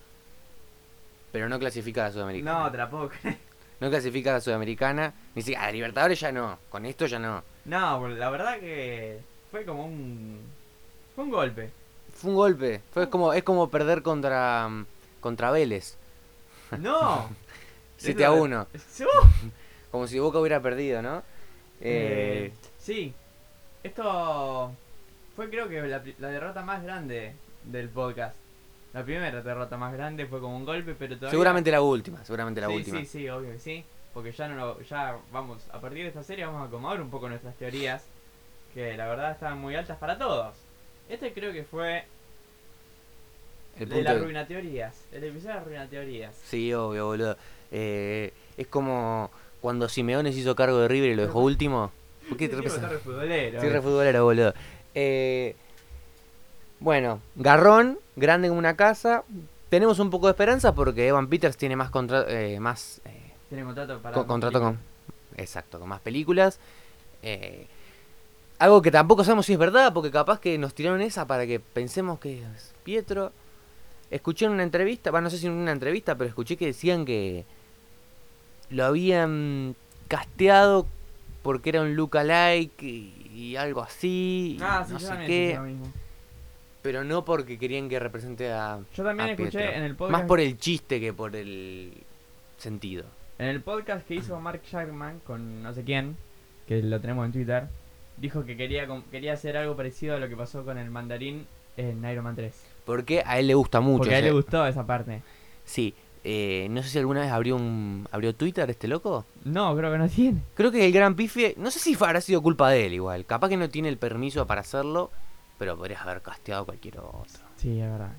Speaker 2: pero no clasifica a la Sudamericana.
Speaker 1: No, te la puedo creer.
Speaker 2: No clasifica a la Sudamericana. Ni siquiera a Libertadores ya no. Con esto ya no.
Speaker 1: No, bueno, la verdad que fue como un fue un golpe.
Speaker 2: Fue un golpe. Fue es como, es como perder contra, mm, contra Vélez.
Speaker 1: No.
Speaker 2: 7 a 1.
Speaker 1: Sí,
Speaker 2: Como si Boca hubiera perdido, ¿no?
Speaker 1: Eh,
Speaker 2: Eh,
Speaker 1: sí, esto fue creo que la, pri- la derrota más grande del podcast. La primera derrota más grande fue como un golpe, pero todavía...
Speaker 2: seguramente la última. Seguramente la
Speaker 1: sí,
Speaker 2: última.
Speaker 1: Sí, sí, obvio que sí. Porque ya, no lo- ya vamos, a partir de esta serie vamos a acomodar un poco nuestras teorías, que la verdad estaban muy altas para todos. Este creo que fue
Speaker 2: El
Speaker 1: de
Speaker 2: punto
Speaker 1: la
Speaker 2: de-
Speaker 1: ruina teorías, el episodio de ruina teorías.
Speaker 2: Sí, obvio, boludo. Eh, es como cuando Simeone se hizo cargo de River y lo dejó último. ¿Por qué te
Speaker 1: Este tipo está
Speaker 2: repensás?
Speaker 1: re futbolero,
Speaker 2: Sí,
Speaker 1: eh.
Speaker 2: re futbolero, boludo. Eh, bueno, Garrón, grande como una casa. Tenemos un poco de esperanza porque Evan Peters tiene más, contra- eh, más eh,
Speaker 1: Tiene contrato para...
Speaker 2: Co-
Speaker 1: más
Speaker 2: contrato
Speaker 1: películas.
Speaker 2: con. Exacto, con más películas. Eh, algo que tampoco sabemos si es verdad, porque capaz que nos tiraron esa para que pensemos que es Pietro. Escuché en una entrevista, bueno, no sé si en una entrevista, pero escuché que decían que lo habían casteado porque era un lookalike y, y algo así, y
Speaker 1: Ah, sí,
Speaker 2: no
Speaker 1: yo
Speaker 2: sé
Speaker 1: también escuché
Speaker 2: qué,
Speaker 1: lo mismo.
Speaker 2: pero no porque querían que represente a
Speaker 1: Yo también
Speaker 2: a
Speaker 1: escuché
Speaker 2: Pietro.
Speaker 1: en el podcast
Speaker 2: Ah, más por el chiste que por el sentido.
Speaker 1: En el podcast que hizo Mark Jackman con no sé quién, que lo tenemos en Twitter, dijo que quería, com- quería hacer algo parecido a lo que pasó con el mandarín en Iron Man 3.
Speaker 2: Porque a él le gusta mucho.
Speaker 1: Porque a él
Speaker 2: ese-
Speaker 1: le gustó esa parte.
Speaker 2: Sí, eh, no sé si alguna vez abrió un abrió Twitter este loco.
Speaker 1: No, creo que no tiene.
Speaker 2: Creo que el gran pife, no sé si fue- habrá sido culpa de él igual. Capaz que no tiene el permiso para hacerlo, pero podrías haber casteado a cualquier otro.
Speaker 1: Sí, es verdad.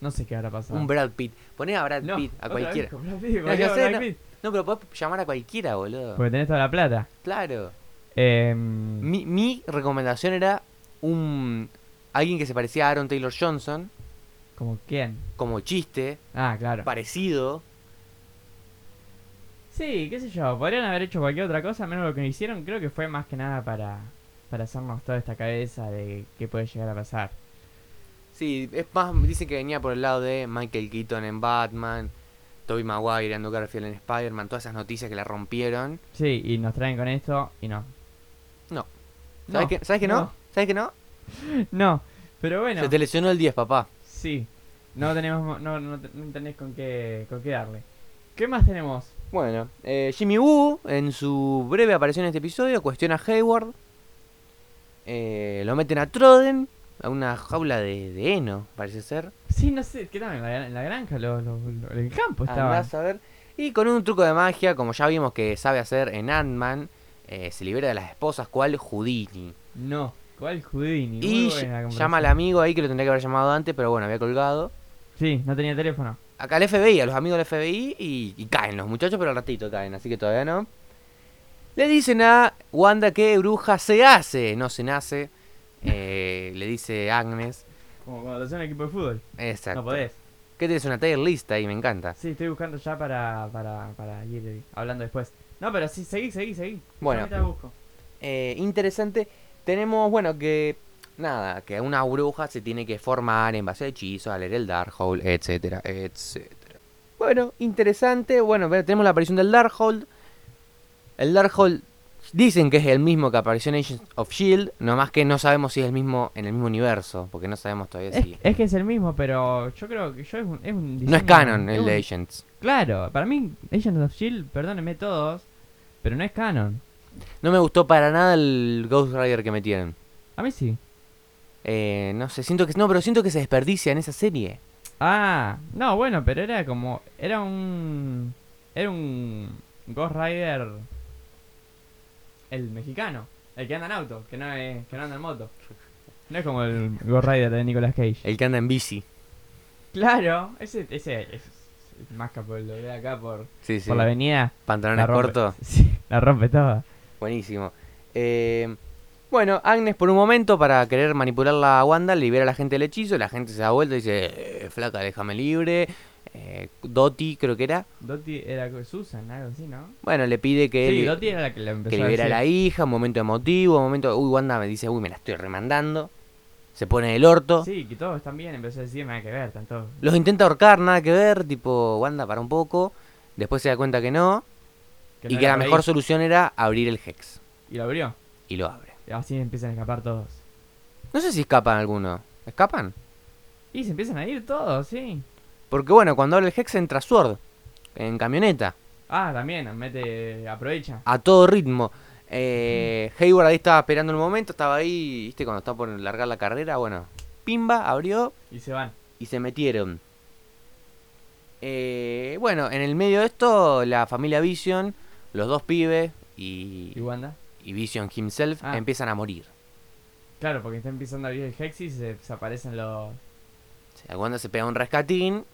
Speaker 1: No sé qué habrá pasado.
Speaker 2: Un Brad Pitt. Poné a Brad
Speaker 1: no,
Speaker 2: Pitt, a
Speaker 1: otra
Speaker 2: cualquiera.
Speaker 1: vez con Brad Pitt,
Speaker 2: No,
Speaker 1: ¿por qué
Speaker 2: ya
Speaker 1: con
Speaker 2: sé,
Speaker 1: Brad
Speaker 2: no.
Speaker 1: Pitt?
Speaker 2: No, pero podés llamar a cualquiera, boludo.
Speaker 1: Porque tenés toda la plata.
Speaker 2: Claro.
Speaker 1: Em,
Speaker 2: Mi, mi recomendación era un alguien que se parecía a Aaron Taylor Johnson,
Speaker 1: ¿Como quién?
Speaker 2: como chiste,
Speaker 1: Ah, claro.
Speaker 2: parecido.
Speaker 1: Sí, qué sé yo. Podrían haber hecho cualquier otra cosa, menos lo que hicieron. Creo que fue más que nada para, para hacernos toda esta cabeza de qué puede llegar a pasar.
Speaker 2: Sí, es más, dicen que venía por el lado de Michael Keaton en Batman, Tobey Maguire, Andrew Garfield en Spider-Man, todas esas noticias que la rompieron.
Speaker 1: Sí, y nos traen con esto y no.
Speaker 2: No.
Speaker 1: No,
Speaker 2: ¿Sabes, que, ¿sabes que no? ¿Sabes que no?
Speaker 1: No, pero bueno.
Speaker 2: Se te lesionó el 10, papá.
Speaker 1: Sí. No tenemos mo- no, no, te- no tenés con qué con qué darle. ¿Qué más tenemos?
Speaker 2: Bueno, eh, Jimmy Woo, en su breve aparición en este episodio, cuestiona a Hayward. Eh, lo meten a Troden, a una jaula de, de heno, parece ser.
Speaker 1: Sí, no sé, ¿qué tal? En la, en la granja, los, los- los- el campo estaba.
Speaker 2: Andás Ah, a ver. Y con un truco de magia, como ya vimos que sabe hacer en Ant-Man, eh, se libera de las esposas, cual Houdini.
Speaker 1: No, ¿cuál Houdini? Muy
Speaker 2: Y
Speaker 1: buena la
Speaker 2: ll-
Speaker 1: comparación.
Speaker 2: llama al amigo ahí que lo tendría que haber llamado antes, pero bueno, había colgado.
Speaker 1: Sí, no tenía teléfono.
Speaker 2: Acá al FBI, a los amigos del FBI, y, y caen los muchachos, pero al ratito caen, así que todavía no. Le dicen a Wanda que bruja se hace, no se nace. eh, le dice Agnes.
Speaker 1: Como cuando te hacen un equipo de fútbol.
Speaker 2: Exacto.
Speaker 1: No podés.
Speaker 2: ¿Qué tenés una tier lista ahí? Me encanta.
Speaker 1: Sí, estoy buscando ya para, para, para ir eh, hablando después. No, pero sí, seguí, seguí, seguí. Yo
Speaker 2: Bueno.
Speaker 1: ahorita busco.
Speaker 2: eh, interesante. Tenemos, bueno, que. Nada, que una bruja se tiene que formar en base a hechizos, a leer el Darkhold, etcétera, etcétera. Bueno, interesante. Bueno, ve- tenemos la aparición del Darkhold. El Darkhold dicen que es el mismo que apareció en Agents of Shield, nomás que E no sabemos si es el mismo en el mismo universo, porque no sabemos todavía
Speaker 1: Es,
Speaker 2: si.
Speaker 1: es que es el mismo, pero yo creo que yo es un, es un
Speaker 2: No es
Speaker 1: diseño-
Speaker 2: canon el
Speaker 1: un-
Speaker 2: de Agents.
Speaker 1: Claro, para mí Agents of Shield, E perdónenme todos, pero no es canon.
Speaker 2: No me gustó para nada el Ghost Rider que metieron.
Speaker 1: A mí sí.
Speaker 2: Eh, no sé, siento que. No, pero siento que se desperdicia en esa serie.
Speaker 1: Ah, no, bueno, pero era como era un era un Ghost Rider el mexicano, el que anda en auto, que no es que no anda en moto. No es como el Ghost Rider de Nicolas Cage.
Speaker 2: El que anda en bici.
Speaker 1: Claro, ese ese ese es más capo el doble acá por,
Speaker 2: Sí, sí.
Speaker 1: por la avenida.
Speaker 2: Pantalones
Speaker 1: rompe.
Speaker 2: cortos.
Speaker 1: Sí, la rompe toda.
Speaker 2: Buenísimo. Eh, bueno, Agnes por un momento para querer manipular la Wanda libera a la gente del hechizo, la gente se da vuelta y dice, "Eh, flaca, déjame libre. Eh, Doti creo que era.
Speaker 1: Dotti era con Susan, algo así, ¿no?
Speaker 2: Bueno, le pide que,
Speaker 1: Sí,
Speaker 2: li-
Speaker 1: Dotti era la que la empezó
Speaker 2: que
Speaker 1: a
Speaker 2: libera a
Speaker 1: decir.
Speaker 2: la hija, un momento emotivo, un momento... Uy, Wanda me dice, uy, me la estoy remandando. Se pone el orto.
Speaker 1: Sí, que todos están bien, empezó a decir, nada que ver, tanto.
Speaker 2: Los intenta ahorcar, nada que ver, tipo, Wanda para un poco. Después se da cuenta que no. y que la mejor solución era abrir el Hex.
Speaker 1: Y lo abrió.
Speaker 2: Y lo abre.
Speaker 1: Y así empiezan a escapar todos.
Speaker 2: No sé si escapan alguno. ¿Escapan?
Speaker 1: Y se empiezan a ir todos, sí.
Speaker 2: Porque bueno, cuando abre el Hex entra Sword en camioneta,
Speaker 1: Ah, también, mete, aprovecha.
Speaker 2: a todo ritmo. Eh, Hayward ahí estaba esperando el momento, estaba ahí, viste, cuando estaba por largar la carrera, bueno, pimba, abrió
Speaker 1: Y se van.
Speaker 2: y se metieron. Eh, bueno, en el medio de esto, la familia Vision, los dos pibes y,
Speaker 1: ¿Y Wanda?
Speaker 2: y Vision himself
Speaker 1: Ah.
Speaker 2: empiezan a morir.
Speaker 1: Claro, porque está empezando a abrir el Hex y se desaparecen los...
Speaker 2: O sea, Wanda se pega un rescatín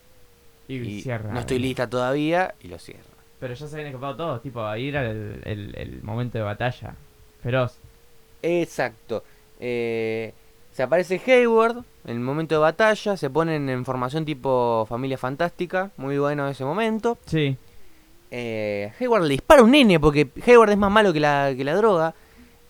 Speaker 1: Y,
Speaker 2: y
Speaker 1: cierra.
Speaker 2: no estoy lista todavía y lo cierra.
Speaker 1: Pero ya se habían escapado todos, tipo, a ir al el, el momento de batalla. Feroz.
Speaker 2: Exacto. Eh, se aparece Hayward en el momento de batalla, se ponen en formación tipo familia fantástica, muy bueno ese momento.
Speaker 1: Sí.
Speaker 2: Eh, Hayward le dispara a un nene porque Hayward es más malo que la, que la droga.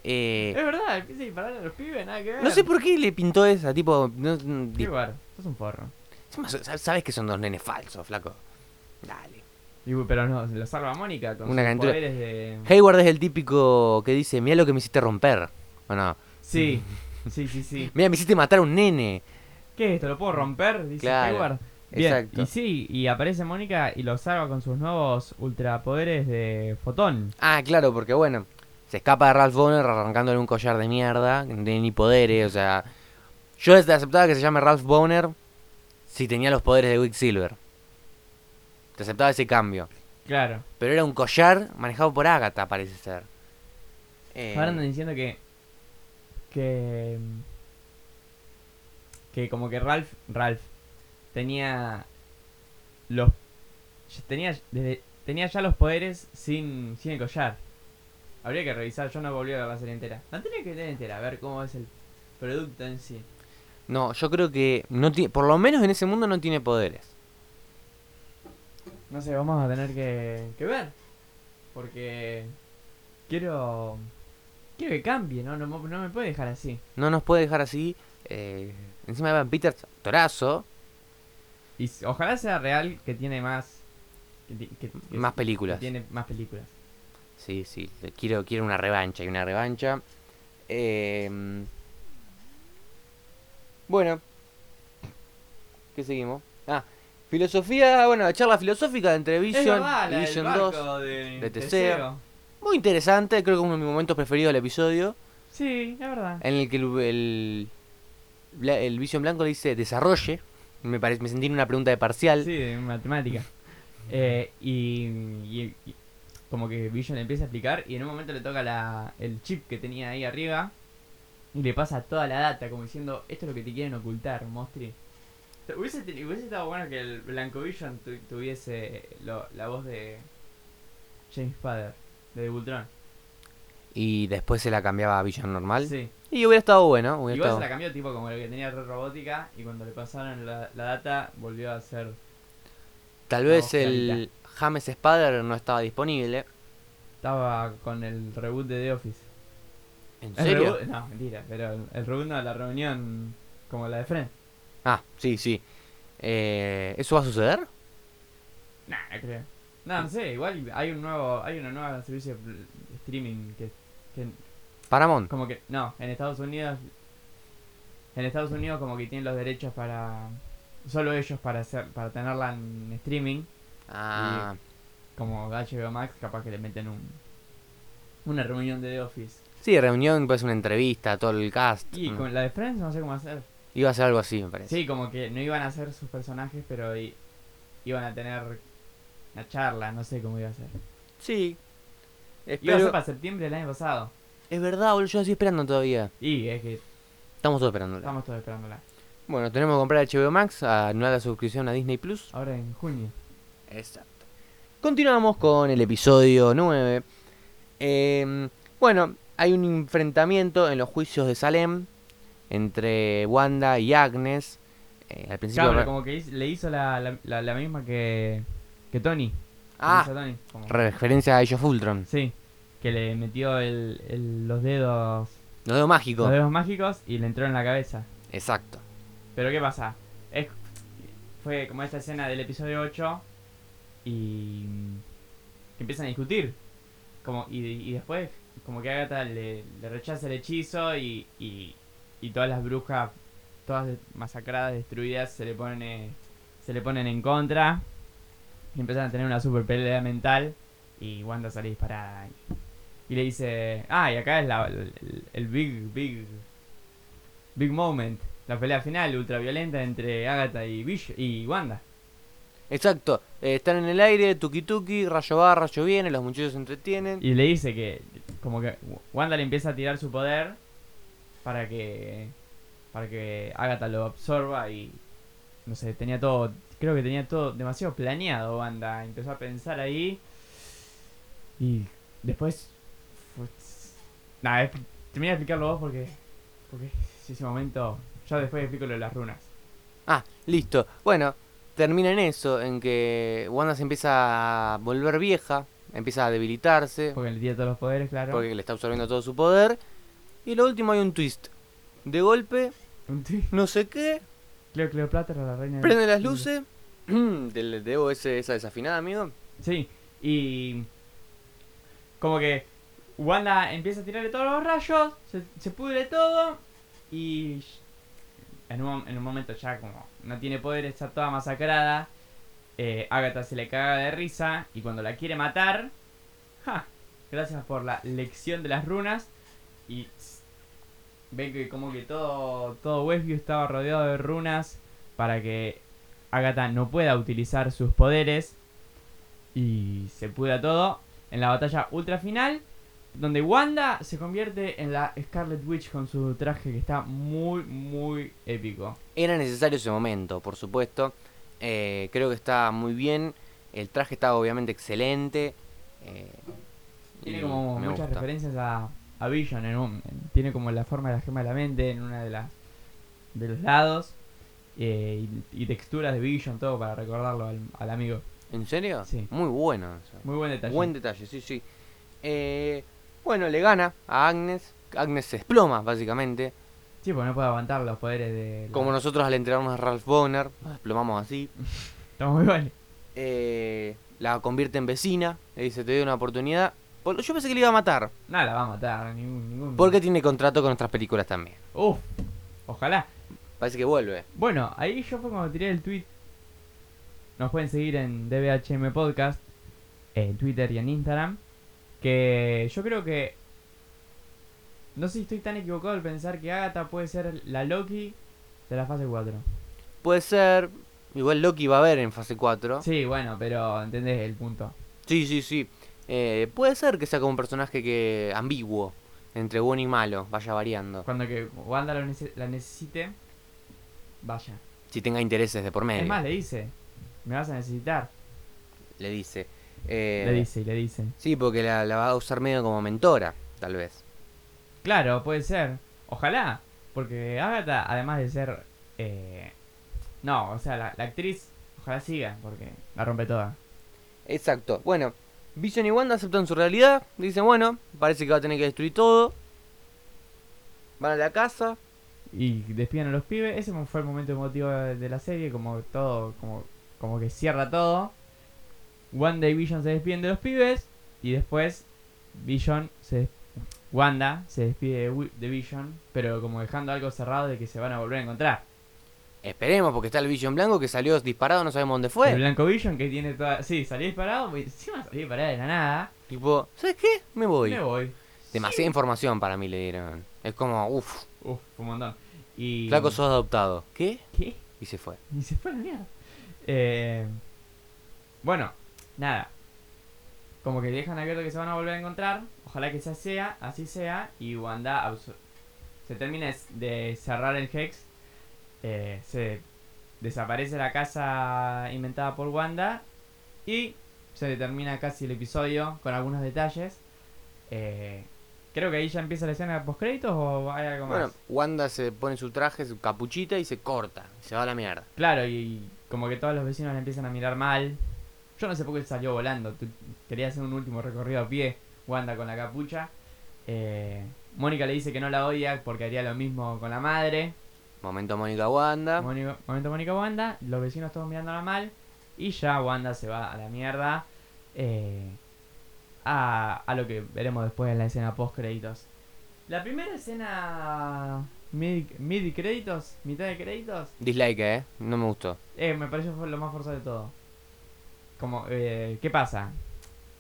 Speaker 2: Eh,
Speaker 1: Es verdad, empieza a disparar a los pibes, nada que ver.
Speaker 2: no sé por qué le pintó esa, tipo... no- no- di-
Speaker 1: Qué guarda, esto es un forro.
Speaker 2: Encima, sa- Sabes que son dos nenes falsos, flaco. Dale.
Speaker 1: Y, uy, pero no, lo salva Mónica con
Speaker 2: Una
Speaker 1: sus
Speaker 2: calentura.
Speaker 1: poderes de...
Speaker 2: Hayward es el típico que dice, mira lo que me hiciste romper. O no,
Speaker 1: Sí, sí, sí, sí.
Speaker 2: mira, me hiciste matar a un nene.
Speaker 1: ¿Qué es esto? ¿Lo puedo romper? Dice
Speaker 2: Claro,
Speaker 1: Hayward. Bien,
Speaker 2: exacto.
Speaker 1: y sí, y aparece Mónica y lo salva con sus nuevos ultrapoderes de fotón.
Speaker 2: Ah, claro, porque bueno, se escapa de Ralph Bonner arrancándole un collar de mierda, que no tiene ni poderes, o sea... Yo desde aceptaba que se llame Ralph Bonner si tenía los poderes de Quicksilver. Te aceptaba ese cambio.
Speaker 1: Claro.
Speaker 2: Pero era un collar manejado por Agatha, parece ser. Eh,
Speaker 1: Ahora andan diciendo que. Que. Que como que Ralph. Ralph. Tenía. Los. Tenía, desde- tenía ya los poderes sin, sin el collar. Habría que revisar, yo no volví a ver la serie entera. La tenía que ver entera, a ver cómo es el producto en sí.
Speaker 2: no, yo creo que no ti- por lo menos en ese mundo no tiene poderes.
Speaker 1: No sé, vamos a tener que, que ver. Porque. Quiero. Quiero que cambie, ¿no? No, no me puede dejar así.
Speaker 2: No nos puede dejar así. eh, encima de Van Peters, torazo,
Speaker 1: Y s- ojalá sea real que tiene más. que ti- que- que
Speaker 2: más
Speaker 1: s-
Speaker 2: películas.
Speaker 1: Tiene más películas.
Speaker 2: Sí, sí, le- quiero, quiero una revancha y una revancha. Eh, bueno, ¿qué seguimos? Ah, filosofía, bueno, la charla filosófica entre
Speaker 1: Es
Speaker 2: Vision
Speaker 1: verdad,
Speaker 2: y
Speaker 1: la del
Speaker 2: Vision 2.
Speaker 1: barco de,
Speaker 2: de Teseo. Muy interesante, creo que uno de mis momentos preferidos del episodio.
Speaker 1: Sí, es verdad.
Speaker 2: En el que el, el, bla- el Vision Blanco le dice desarrolle. Me, parece, me sentí en una pregunta de parcial.
Speaker 1: Sí, de matemática. Eh, y, y- y como que Vision le empieza a explicar y en un momento le toca la, el chip que tenía ahí arriba y le pasa toda la data como diciendo esto es lo que te quieren ocultar, Mostri. Te- Hubiese, te- hubiese estado bueno que el Blanco Vision tu- tuviese lo- la voz de James Fader, de Ultron.
Speaker 2: Y después se la cambiaba a Vision normal.
Speaker 1: Sí.
Speaker 2: Y hubiera estado bueno. Hubiera
Speaker 1: Igual se
Speaker 2: estado...
Speaker 1: la cambió tipo como lo que tenía re robótica y cuando le pasaron la, la data volvió a ser...
Speaker 2: Tal
Speaker 1: la
Speaker 2: vez
Speaker 1: voz clarita.
Speaker 2: el James Spader no estaba disponible.
Speaker 1: Estaba con el reboot de The Office.
Speaker 2: ¿En
Speaker 1: El
Speaker 2: serio?
Speaker 1: reboot- no, mentira, pero el, el reboot no, la reunión como la de Friends.
Speaker 2: Ah, sí, sí. Eh, ¿Eso va a suceder?
Speaker 1: Nah, no creo. No, no sé, igual hay un nuevo, hay una nueva servicio de pl- streaming que, que
Speaker 2: Paramount.
Speaker 1: como que no, en Estados Unidos en Estados Unidos como que tienen los derechos para solo ellos para hacer para tenerla en streaming,
Speaker 2: Ah,
Speaker 1: como HBO Max capaz que le meten un una reunión de The Office.
Speaker 2: sí, reunión, pues una entrevista, todo el cast.
Speaker 1: Y
Speaker 2: Mm.
Speaker 1: con la de Friends no sé cómo hacer.
Speaker 2: Iba a ser algo así, me parece.
Speaker 1: Sí, como que no iban a ser sus personajes, pero i- iban a tener una charla, no sé cómo iba a ser.
Speaker 2: Sí.
Speaker 1: Iba a
Speaker 2: Espero-
Speaker 1: ser para septiembre del año pasado.
Speaker 2: Es verdad, boludo, yo la estoy esperando todavía.
Speaker 1: Y es que
Speaker 2: Estamos todos esperándola.
Speaker 1: estamos todos esperándola.
Speaker 2: Bueno, tenemos que comprar HBO Max, anular la suscripción a Disney Plus.
Speaker 1: Ahora en junio.
Speaker 2: Exacto. Continuamos con el episodio 9. Eh, bueno, hay un enfrentamiento en los juicios de Salem entre Wanda y Agnes. Eh, al principio.
Speaker 1: Claro, como que hiz- le hizo la, la, la- la misma que, que Tony. que
Speaker 2: ah,
Speaker 1: hizo Tony, como-
Speaker 2: referencia a ellos Fultron.
Speaker 1: sí, que le metió el, el- los dedos
Speaker 2: Los dedos mágicos.
Speaker 1: los dedos mágicos y le entró en la cabeza.
Speaker 2: Exacto.
Speaker 1: Pero ¿qué pasa? Es, fue como esta escena del episodio 8 y mm, que empiezan a discutir. Como, y, y después, como que Agatha le, le rechaza el hechizo y, y, y todas las brujas, todas de- masacradas, destruidas, se le ponen, eh, se le ponen en contra. Y empiezan a tener una super pelea mental y Wanda sale disparada. Y, y le dice, ah, y acá es la, el- el- el big, big Big Moment, la pelea final ultraviolenta entre Agatha y, Vish y Wanda.
Speaker 2: Exacto. Eh, están en el aire, tuki tuki, rayo va, rayo viene, los muchachos se entretienen.
Speaker 1: Y le dice que, como que Wanda le empieza a tirar su poder para que, para que Agatha lo absorba y, no sé, tenía todo, creo que tenía todo demasiado planeado Wanda. Empezó a pensar ahí y después, fue- nada, es- terminé de explicarlo vos porque, porque es ese momento, yo después explico lo de las runas.
Speaker 2: Ah, listo. Bueno, termina en eso, en que Wanda se empieza a volver vieja, empieza a debilitarse,
Speaker 1: Porque le tiene todos los poderes, claro.
Speaker 2: porque le está absorbiendo todo su poder. Y lo último hay un twist. De golpe,
Speaker 1: Un tuit.
Speaker 2: no sé qué, Mm.
Speaker 1: Cleo Cleopatra, la reina del-
Speaker 2: prende las luces. Del- Debo ese, esa desafinada, amigo.
Speaker 1: Sí, y. Como que. Wanda empieza a tirarle todos los rayos, se, se pudre todo. Y. En un, en un momento ya, como no tiene poder, está toda masacrada. Eh, Agatha se le caga de risa. Y cuando la quiere matar. ¡ja! Gracias por la lección de las runas. Y. tss, Ve que como que todo, todo Westview estaba rodeado de runas. Para que Agatha no pueda utilizar sus poderes y se pudra todo en la batalla ultra final donde Wanda se convierte en la Scarlet Witch con su traje que está muy muy épico.
Speaker 2: Era necesario ese momento, por supuesto. Eh, creo que está muy bien. El traje está obviamente excelente. eh,
Speaker 1: Tiene
Speaker 2: y
Speaker 1: como
Speaker 2: me
Speaker 1: muchas
Speaker 2: gusta.
Speaker 1: referencias a, a Vision en un- en- tiene como la forma de la gema de la mente en una de las de los lados eh, y, y texturas de Vision todo para recordarlo al, al amigo.
Speaker 2: ¿En serio?
Speaker 1: Sí.
Speaker 2: Muy bueno. eso.
Speaker 1: Muy buen detalle.
Speaker 2: Buen detalle, sí, sí. Eh, bueno, le gana a Agnes. Agnes se desploma, básicamente.
Speaker 1: Sí, porque no puede aguantar los poderes de. la-
Speaker 2: Como nosotros al entrenarnos a Ralph Bonner, nos desplomamos así.
Speaker 1: Está muy bueno.
Speaker 2: Eh, la convierte en vecina. Le dice, te doy una oportunidad. Por- Yo pensé que le iba a matar.
Speaker 1: Nada, la va a matar. Ningún, ningún...
Speaker 2: Porque tiene contrato con nuestras películas también.
Speaker 1: Uf, ojalá.
Speaker 2: Parece que vuelve.
Speaker 1: Bueno, ahí yo fue cuando tiré el tweet. Nos pueden seguir en DBHM Podcast, en Twitter y en Instagram. Que yo creo que. No sé si estoy tan equivocado al pensar que Agatha puede ser la Loki de la fase 4.
Speaker 2: Puede ser. Igual Loki va a ver en fase 4.
Speaker 1: Sí, bueno, pero entendés el punto.
Speaker 2: Sí, sí, sí. Eh, puede ser que sea como un personaje que ambiguo, entre bueno y malo, vaya variando.
Speaker 1: Cuando que Wanda lo nece- la necesite, vaya.
Speaker 2: Si tenga intereses de por medio.
Speaker 1: Es más, le dice: Me vas a necesitar.
Speaker 2: Le dice. Eh,
Speaker 1: Le dice y le dice.
Speaker 2: Sí, porque la, la va a usar medio como mentora, tal vez.
Speaker 1: Claro, puede ser. Ojalá. Porque Agatha, además de ser... eh, no, o sea, la, la actriz, ojalá siga, porque la rompe toda.
Speaker 2: Exacto. Bueno, Vision y Wanda aceptan su realidad. Dicen, bueno, parece que va a tener que destruir todo. Van a la casa.
Speaker 1: Y despiden a los pibes. Ese fue el momento emotivo de, de la serie, como todo, como, como que cierra todo. Wanda y Vision se despiden de los pibes. Y después Vision se... des- Wanda se despide de, Wi- de Vision, pero como dejando algo cerrado de que se van a volver a encontrar.
Speaker 2: Esperemos, porque está el Vision blanco que salió disparado, no sabemos dónde fue.
Speaker 1: El Blanco Vision que tiene toda... Sí, salí disparado, pues, encima salí disparado de la nada.
Speaker 2: Tipo, ¿sabes qué? Me voy.
Speaker 1: Me voy.
Speaker 2: Demasiada información para mí le dieron. Es como, uff,
Speaker 1: Uf, un montón. Y...
Speaker 2: flaco sos adoptado. ¿Qué?
Speaker 1: ¿Qué?
Speaker 2: Y se fue.
Speaker 1: Y se fue a la mierda. Eh, bueno, nada. Como que dejan abierto que se van a volver a encontrar. Ojalá que sea sea, así sea. Y Wanda absor- se termina de- de cerrar el Hex. Eh, se desaparece la casa inventada por Wanda. Y se determina casi el episodio con algunos detalles. Eh, creo que ahí ya empieza la escena post créditos o hay algo más.
Speaker 2: Bueno, Wanda se pone su traje, su capuchita y se corta. Se va a la mierda.
Speaker 1: Claro, y como que todos los vecinos le empiezan a mirar mal. Yo no sé por qué salió volando. tu- Quería hacer un último recorrido a pie, Wanda con la capucha. Eh, Mónica le dice que no la odia porque haría lo mismo con la madre.
Speaker 2: Momento Mónica Wanda.
Speaker 1: Mónica- momento Mónica Wanda, los vecinos todos mirándola mal. Y ya Wanda se va a la mierda. eh, a, a lo que veremos después en la escena post créditos. La primera escena mid, mid créditos, mitad de créditos,
Speaker 2: Dislike, eh. No me gustó.
Speaker 1: eh, me pareció fue lo más forzado de todo. Como, eh, ¿qué pasa?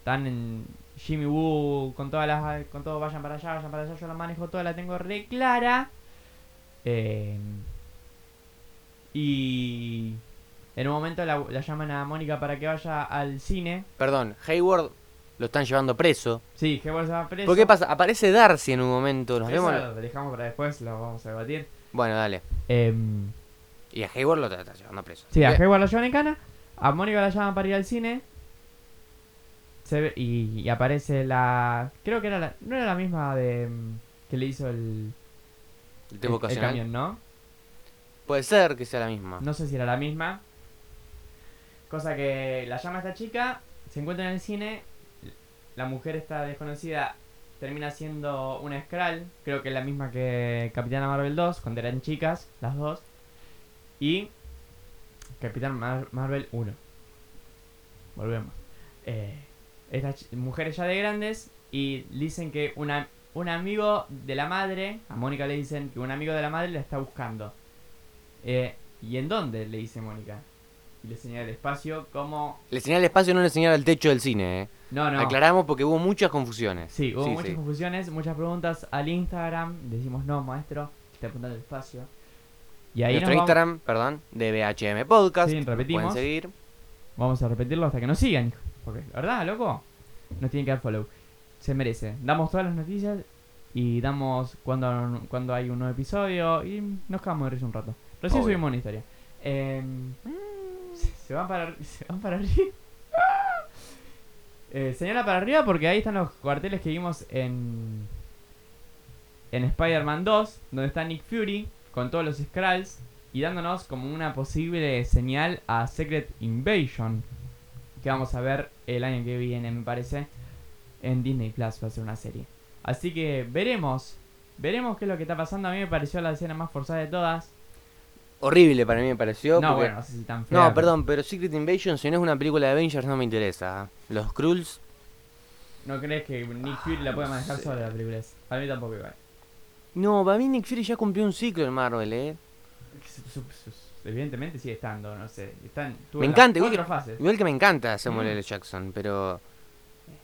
Speaker 1: Están en Jimmy Woo con todas las. con todo, vayan para allá, vayan para allá, yo la manejo toda, la tengo re clara. Eh, y. En un momento la, la llaman a Mónica para que vaya al cine.
Speaker 2: Perdón, Hayward lo están llevando preso.
Speaker 1: Sí, que se va preso.
Speaker 2: ¿Por qué pasa? Aparece Darcy en un momento. Nos
Speaker 1: Eso
Speaker 2: vemos.
Speaker 1: lo dejamos para después, lo vamos a debatir.
Speaker 2: Bueno, dale.
Speaker 1: Em,
Speaker 2: Y a Hayward lo está, está llevando preso.
Speaker 1: Sí, a
Speaker 2: Bien.
Speaker 1: Hayward la llevan en cana. A Mónica la llaman para ir al cine. Se ve- y, y aparece la. Creo que era la. No era la misma de. mm, Que le hizo el.
Speaker 2: El
Speaker 1: el-
Speaker 2: tema
Speaker 1: el,
Speaker 2: ocasional.
Speaker 1: camión, ¿no?
Speaker 2: Puede ser que sea la misma.
Speaker 1: No sé si era la misma. Cosa que la llama esta chica. Se encuentra en el cine. La mujer está desconocida. Termina siendo una Skrull. Creo que es la misma que Capitana Marvel 2. Cuando eran chicas, las dos. Y. Capitán Mar- Marvel 1. Volvemos. eh, estas ch- mujeres ya de grandes y dicen que una, un amigo de la madre, a Mónica le dicen que un amigo de la madre la está buscando. Eh, ¿Y en dónde? Le dice Mónica. Y le señala el espacio como...
Speaker 2: Le señala el espacio, no le señala el techo del cine, ¿eh?
Speaker 1: No, no.
Speaker 2: Aclaramos porque hubo muchas confusiones.
Speaker 1: Sí, hubo
Speaker 2: Sí,
Speaker 1: muchas
Speaker 2: sí.
Speaker 1: confusiones, muchas preguntas al Instagram. Decimos, no, maestro, está apuntando el espacio. Y ahí
Speaker 2: Nuestro
Speaker 1: nos vamos-
Speaker 2: Instagram, perdón, de BHM Podcast.
Speaker 1: Sí, repetimos.
Speaker 2: Pueden seguir.
Speaker 1: Vamos a repetirlo hasta que nos sigan. hijo. Porque, la verdad, loco, nos tienen que dar follow. Se merece. Damos todas las noticias y damos cuando, cuando hay un nuevo episodio y nos cagamos de risa un rato. Recién
Speaker 2: Obvio.
Speaker 1: subimos una historia. Em, se- se van para arri- se van para arriba. Eh, señala para arriba porque ahí están los cuarteles que vimos en en Spider-Man 2, donde está Nick Fury con todos los Skrulls y dándonos como una posible señal a Secret Invasion, que vamos a ver el año que viene, me parece, en Disney Plus va a ser una serie. Así que veremos, veremos qué es lo que está pasando. A mí me pareció la escena más forzada de todas.
Speaker 2: Horrible para mí me pareció.
Speaker 1: no,
Speaker 2: porque-
Speaker 1: bueno, no sé si tan
Speaker 2: No,
Speaker 1: fea,
Speaker 2: perdón, pero Secret Invasion, si no es una película de Avengers, no me interesa. Los Krulls,
Speaker 1: ¿No crees que Nick Fury la puede
Speaker 2: no
Speaker 1: manejar
Speaker 2: sé.
Speaker 1: sola la película? esa? Para mí tampoco igual.
Speaker 2: No, para mí Nick Fury ya cumplió un ciclo en Marvel, ¿eh?
Speaker 1: Su- su- su- Evidentemente sigue estando, no sé. Están, tuvo
Speaker 2: Me
Speaker 1: las
Speaker 2: encanta, igual
Speaker 1: cuatro fases.
Speaker 2: Igual que me encanta Samuel
Speaker 1: Mm.
Speaker 2: L. Jackson, pero...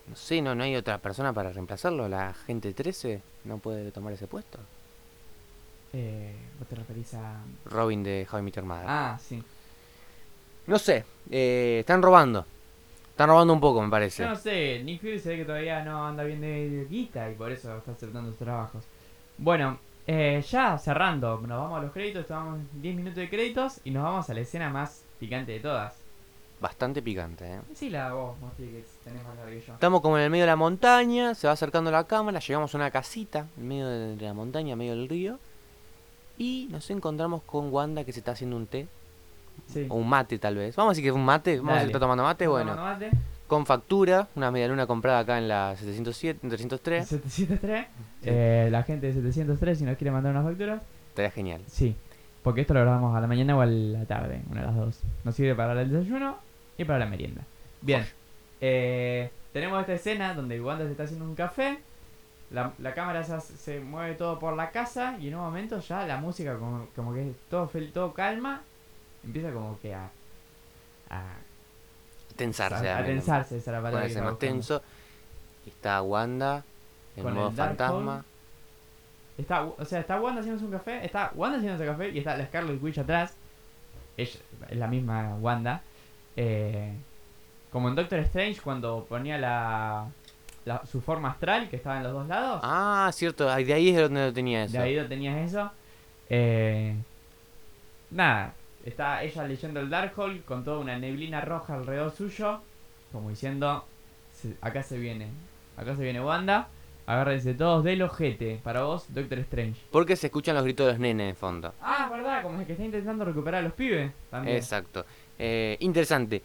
Speaker 2: No sé, no, no hay otra persona para reemplazarlo. La gente 13 no puede tomar ese puesto.
Speaker 1: Eh, vos te referís a...
Speaker 2: Robin de How I Met Your Mother.
Speaker 1: Ah, sí.
Speaker 2: No sé, eh, están robando. Están robando un poco, me parece.
Speaker 1: Yo no sé, Nick Fury se ve que todavía no anda bien de guita y por eso está aceptando sus trabajos. Bueno, eh, ya cerrando, nos vamos a los créditos, tomamos 10 minutos de créditos y nos vamos a la escena más picante de todas.
Speaker 2: Bastante picante, ¿eh?
Speaker 1: Sí, la vos, Mosti, que tenés más larga que yo.
Speaker 2: Estamos como en el medio de la montaña, se va acercando la cámara, llegamos a una casita en medio de la montaña, en medio del río. Y nos encontramos con Wanda que se está haciendo un té,
Speaker 1: Sí.
Speaker 2: o un mate tal vez. Vamos a decir que es un mate, vamos a decir
Speaker 1: Dale.
Speaker 2: que está tomando mate, Este, bueno.
Speaker 1: Tomando mate.
Speaker 2: Con factura, una medialuna comprada acá en la 707, 303.
Speaker 1: 703. Eh, la gente de 703, si nos quiere mandar unas facturas.
Speaker 2: Estaría genial.
Speaker 1: Sí, porque esto lo grabamos a la mañana o a la tarde, una de las dos. Nos sirve para el desayuno y para la merienda. Bien, eh, tenemos esta escena donde Wanda se está haciendo un café. La, la cámara se, hace- se mueve todo por la casa y en un momento ya la música como, como que es todo, fel- todo calma empieza como que a, a,
Speaker 2: Tensarse.
Speaker 1: a
Speaker 2: dame,
Speaker 1: tensarse esa es la palabra que
Speaker 2: Ponerse
Speaker 1: estaba
Speaker 2: más
Speaker 1: buscando.
Speaker 2: tenso. Y está Wanda en
Speaker 1: Con
Speaker 2: modo
Speaker 1: el Darkhold.
Speaker 2: fantasma.
Speaker 1: Está, o sea, está Wanda haciéndose un café, está Wanda haciéndose café y está la Scarlet Witch atrás. Ella, es la misma Wanda. Eh, como en Doctor Strange cuando ponía la, la- su forma astral que estaba en los dos lados.
Speaker 2: Ah, cierto, ahí- de ahí es donde lo tenía eso.
Speaker 1: De ahí lo tenías eso. Eh, nada, está ella leyendo el Darkhold con toda una neblina roja alrededor suyo. Como diciendo, "Se- acá se viene, acá se viene Wanda. Agárrense todos del ojete. Para vos, Doctor Strange.
Speaker 2: Porque se escuchan los gritos de los nenes de fondo.
Speaker 1: Ah, verdad, como el que está intentando recuperar a los pibes también.
Speaker 2: Exacto. Eh, interesante.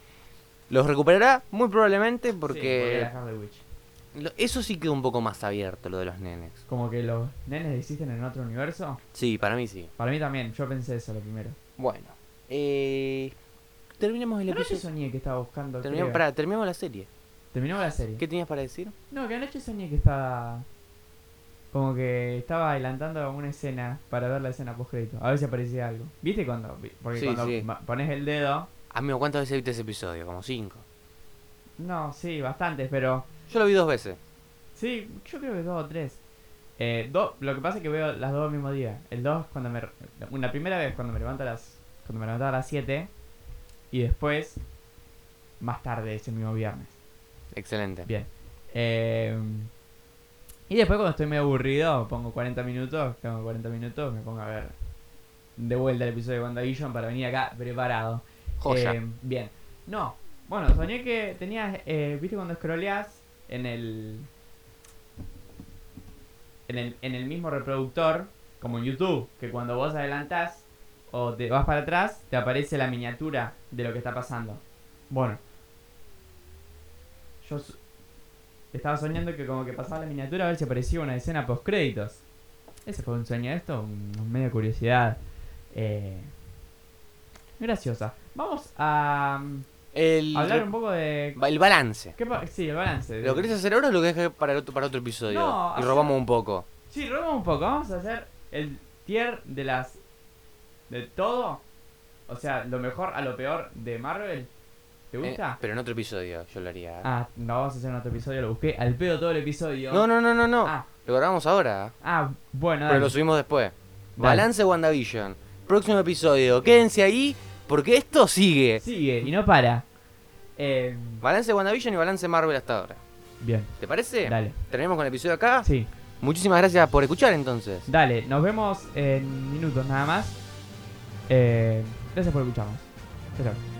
Speaker 2: ¿Los recuperará? Muy probablemente
Speaker 1: Sí, porque
Speaker 2: porque
Speaker 1: la Harley Witch.
Speaker 2: lo- eso sí quedó un poco más abierto, lo de los nenes.
Speaker 1: Como que los nenes existen en otro universo.
Speaker 2: Sí, para mí sí.
Speaker 1: Para mí también, yo pensé eso lo primero.
Speaker 2: Bueno. Eh, terminamos el
Speaker 1: Pero anoche
Speaker 2: episodio.
Speaker 1: soñé que estaba buscando.
Speaker 2: Terminamos,
Speaker 1: creo.
Speaker 2: pará, terminamos la serie.
Speaker 1: Terminó la serie.
Speaker 2: ¿Qué tenías para decir?
Speaker 1: No, que anoche soñé que estaba. Como que estaba adelantando una escena para ver la escena post crédito. A ver si aparecía algo. ¿Viste cuando? vi- Porque
Speaker 2: Sí,
Speaker 1: cuando
Speaker 2: sí.
Speaker 1: ma- pones el dedo.
Speaker 2: Amigo, ¿cuántas veces viste ese episodio? Como cinco.
Speaker 1: No, sí, bastantes, pero.
Speaker 2: Yo lo vi dos veces.
Speaker 1: Sí, yo creo que dos o tres. Eh, do- lo que pasa es que veo las dos al mismo día. El 2 cuando me... re- Una primera vez cuando me levanto a las... Cuando me levantaba a las 7. Y después... Más tarde, ese mismo viernes.
Speaker 2: Excelente.
Speaker 1: Bien. Eh, y después cuando estoy medio aburrido, pongo 40 minutos. Tengo 40 minutos, me pongo a ver... De vuelta el episodio de WandaVision para venir acá preparado.
Speaker 2: Joya.
Speaker 1: Eh, bien. No. Bueno, soñé que tenías. eh, ¿Viste cuando scrolleas en el, en el. En el mismo reproductor, como en YouTube, que cuando vos adelantás o te vas para atrás, te aparece la miniatura de lo que está pasando. Bueno. Yo so- estaba soñando que como que pasaba la miniatura a ver si aparecía una escena post créditos. Ese fue un sueño esto, un medio curiosidad. Eh, graciosa. Vamos a mm,
Speaker 2: El,
Speaker 1: Hablar un poco de.
Speaker 2: el balance.
Speaker 1: ¿Qué pa- sí, el balance.
Speaker 2: ¿Lo querés hacer ahora o lo querés dejar para otro, para otro episodio?
Speaker 1: No,
Speaker 2: y
Speaker 1: hacer-
Speaker 2: robamos un poco.
Speaker 1: Sí, robamos un poco. Vamos a hacer el tier de las. de todo. O sea, lo mejor a lo peor de Marvel. ¿Te
Speaker 2: Eh,
Speaker 1: gusta?
Speaker 2: pero en otro episodio yo lo haría.
Speaker 1: Ah, no, vamos a hacer otro episodio. Lo busqué al pedo todo el episodio.
Speaker 2: no, no, no, no, no.
Speaker 1: Ah,
Speaker 2: Lo grabamos ahora.
Speaker 1: ah, bueno,
Speaker 2: Pero
Speaker 1: dale.
Speaker 2: lo subimos después. Balance WandaVision. Próximo episodio. Quédense ahí porque esto sigue.
Speaker 1: Sigue y no para. Eh,
Speaker 2: Balance WandaVision y balance Marvel hasta ahora.
Speaker 1: bien,
Speaker 2: ¿Te parece?
Speaker 1: dale.
Speaker 2: Terminamos con el episodio acá.
Speaker 1: Sí,
Speaker 2: Muchísimas gracias por escuchar entonces.
Speaker 1: dale. Nos vemos en minutos nada más. Eh, gracias por escucharnos. Chao, chao.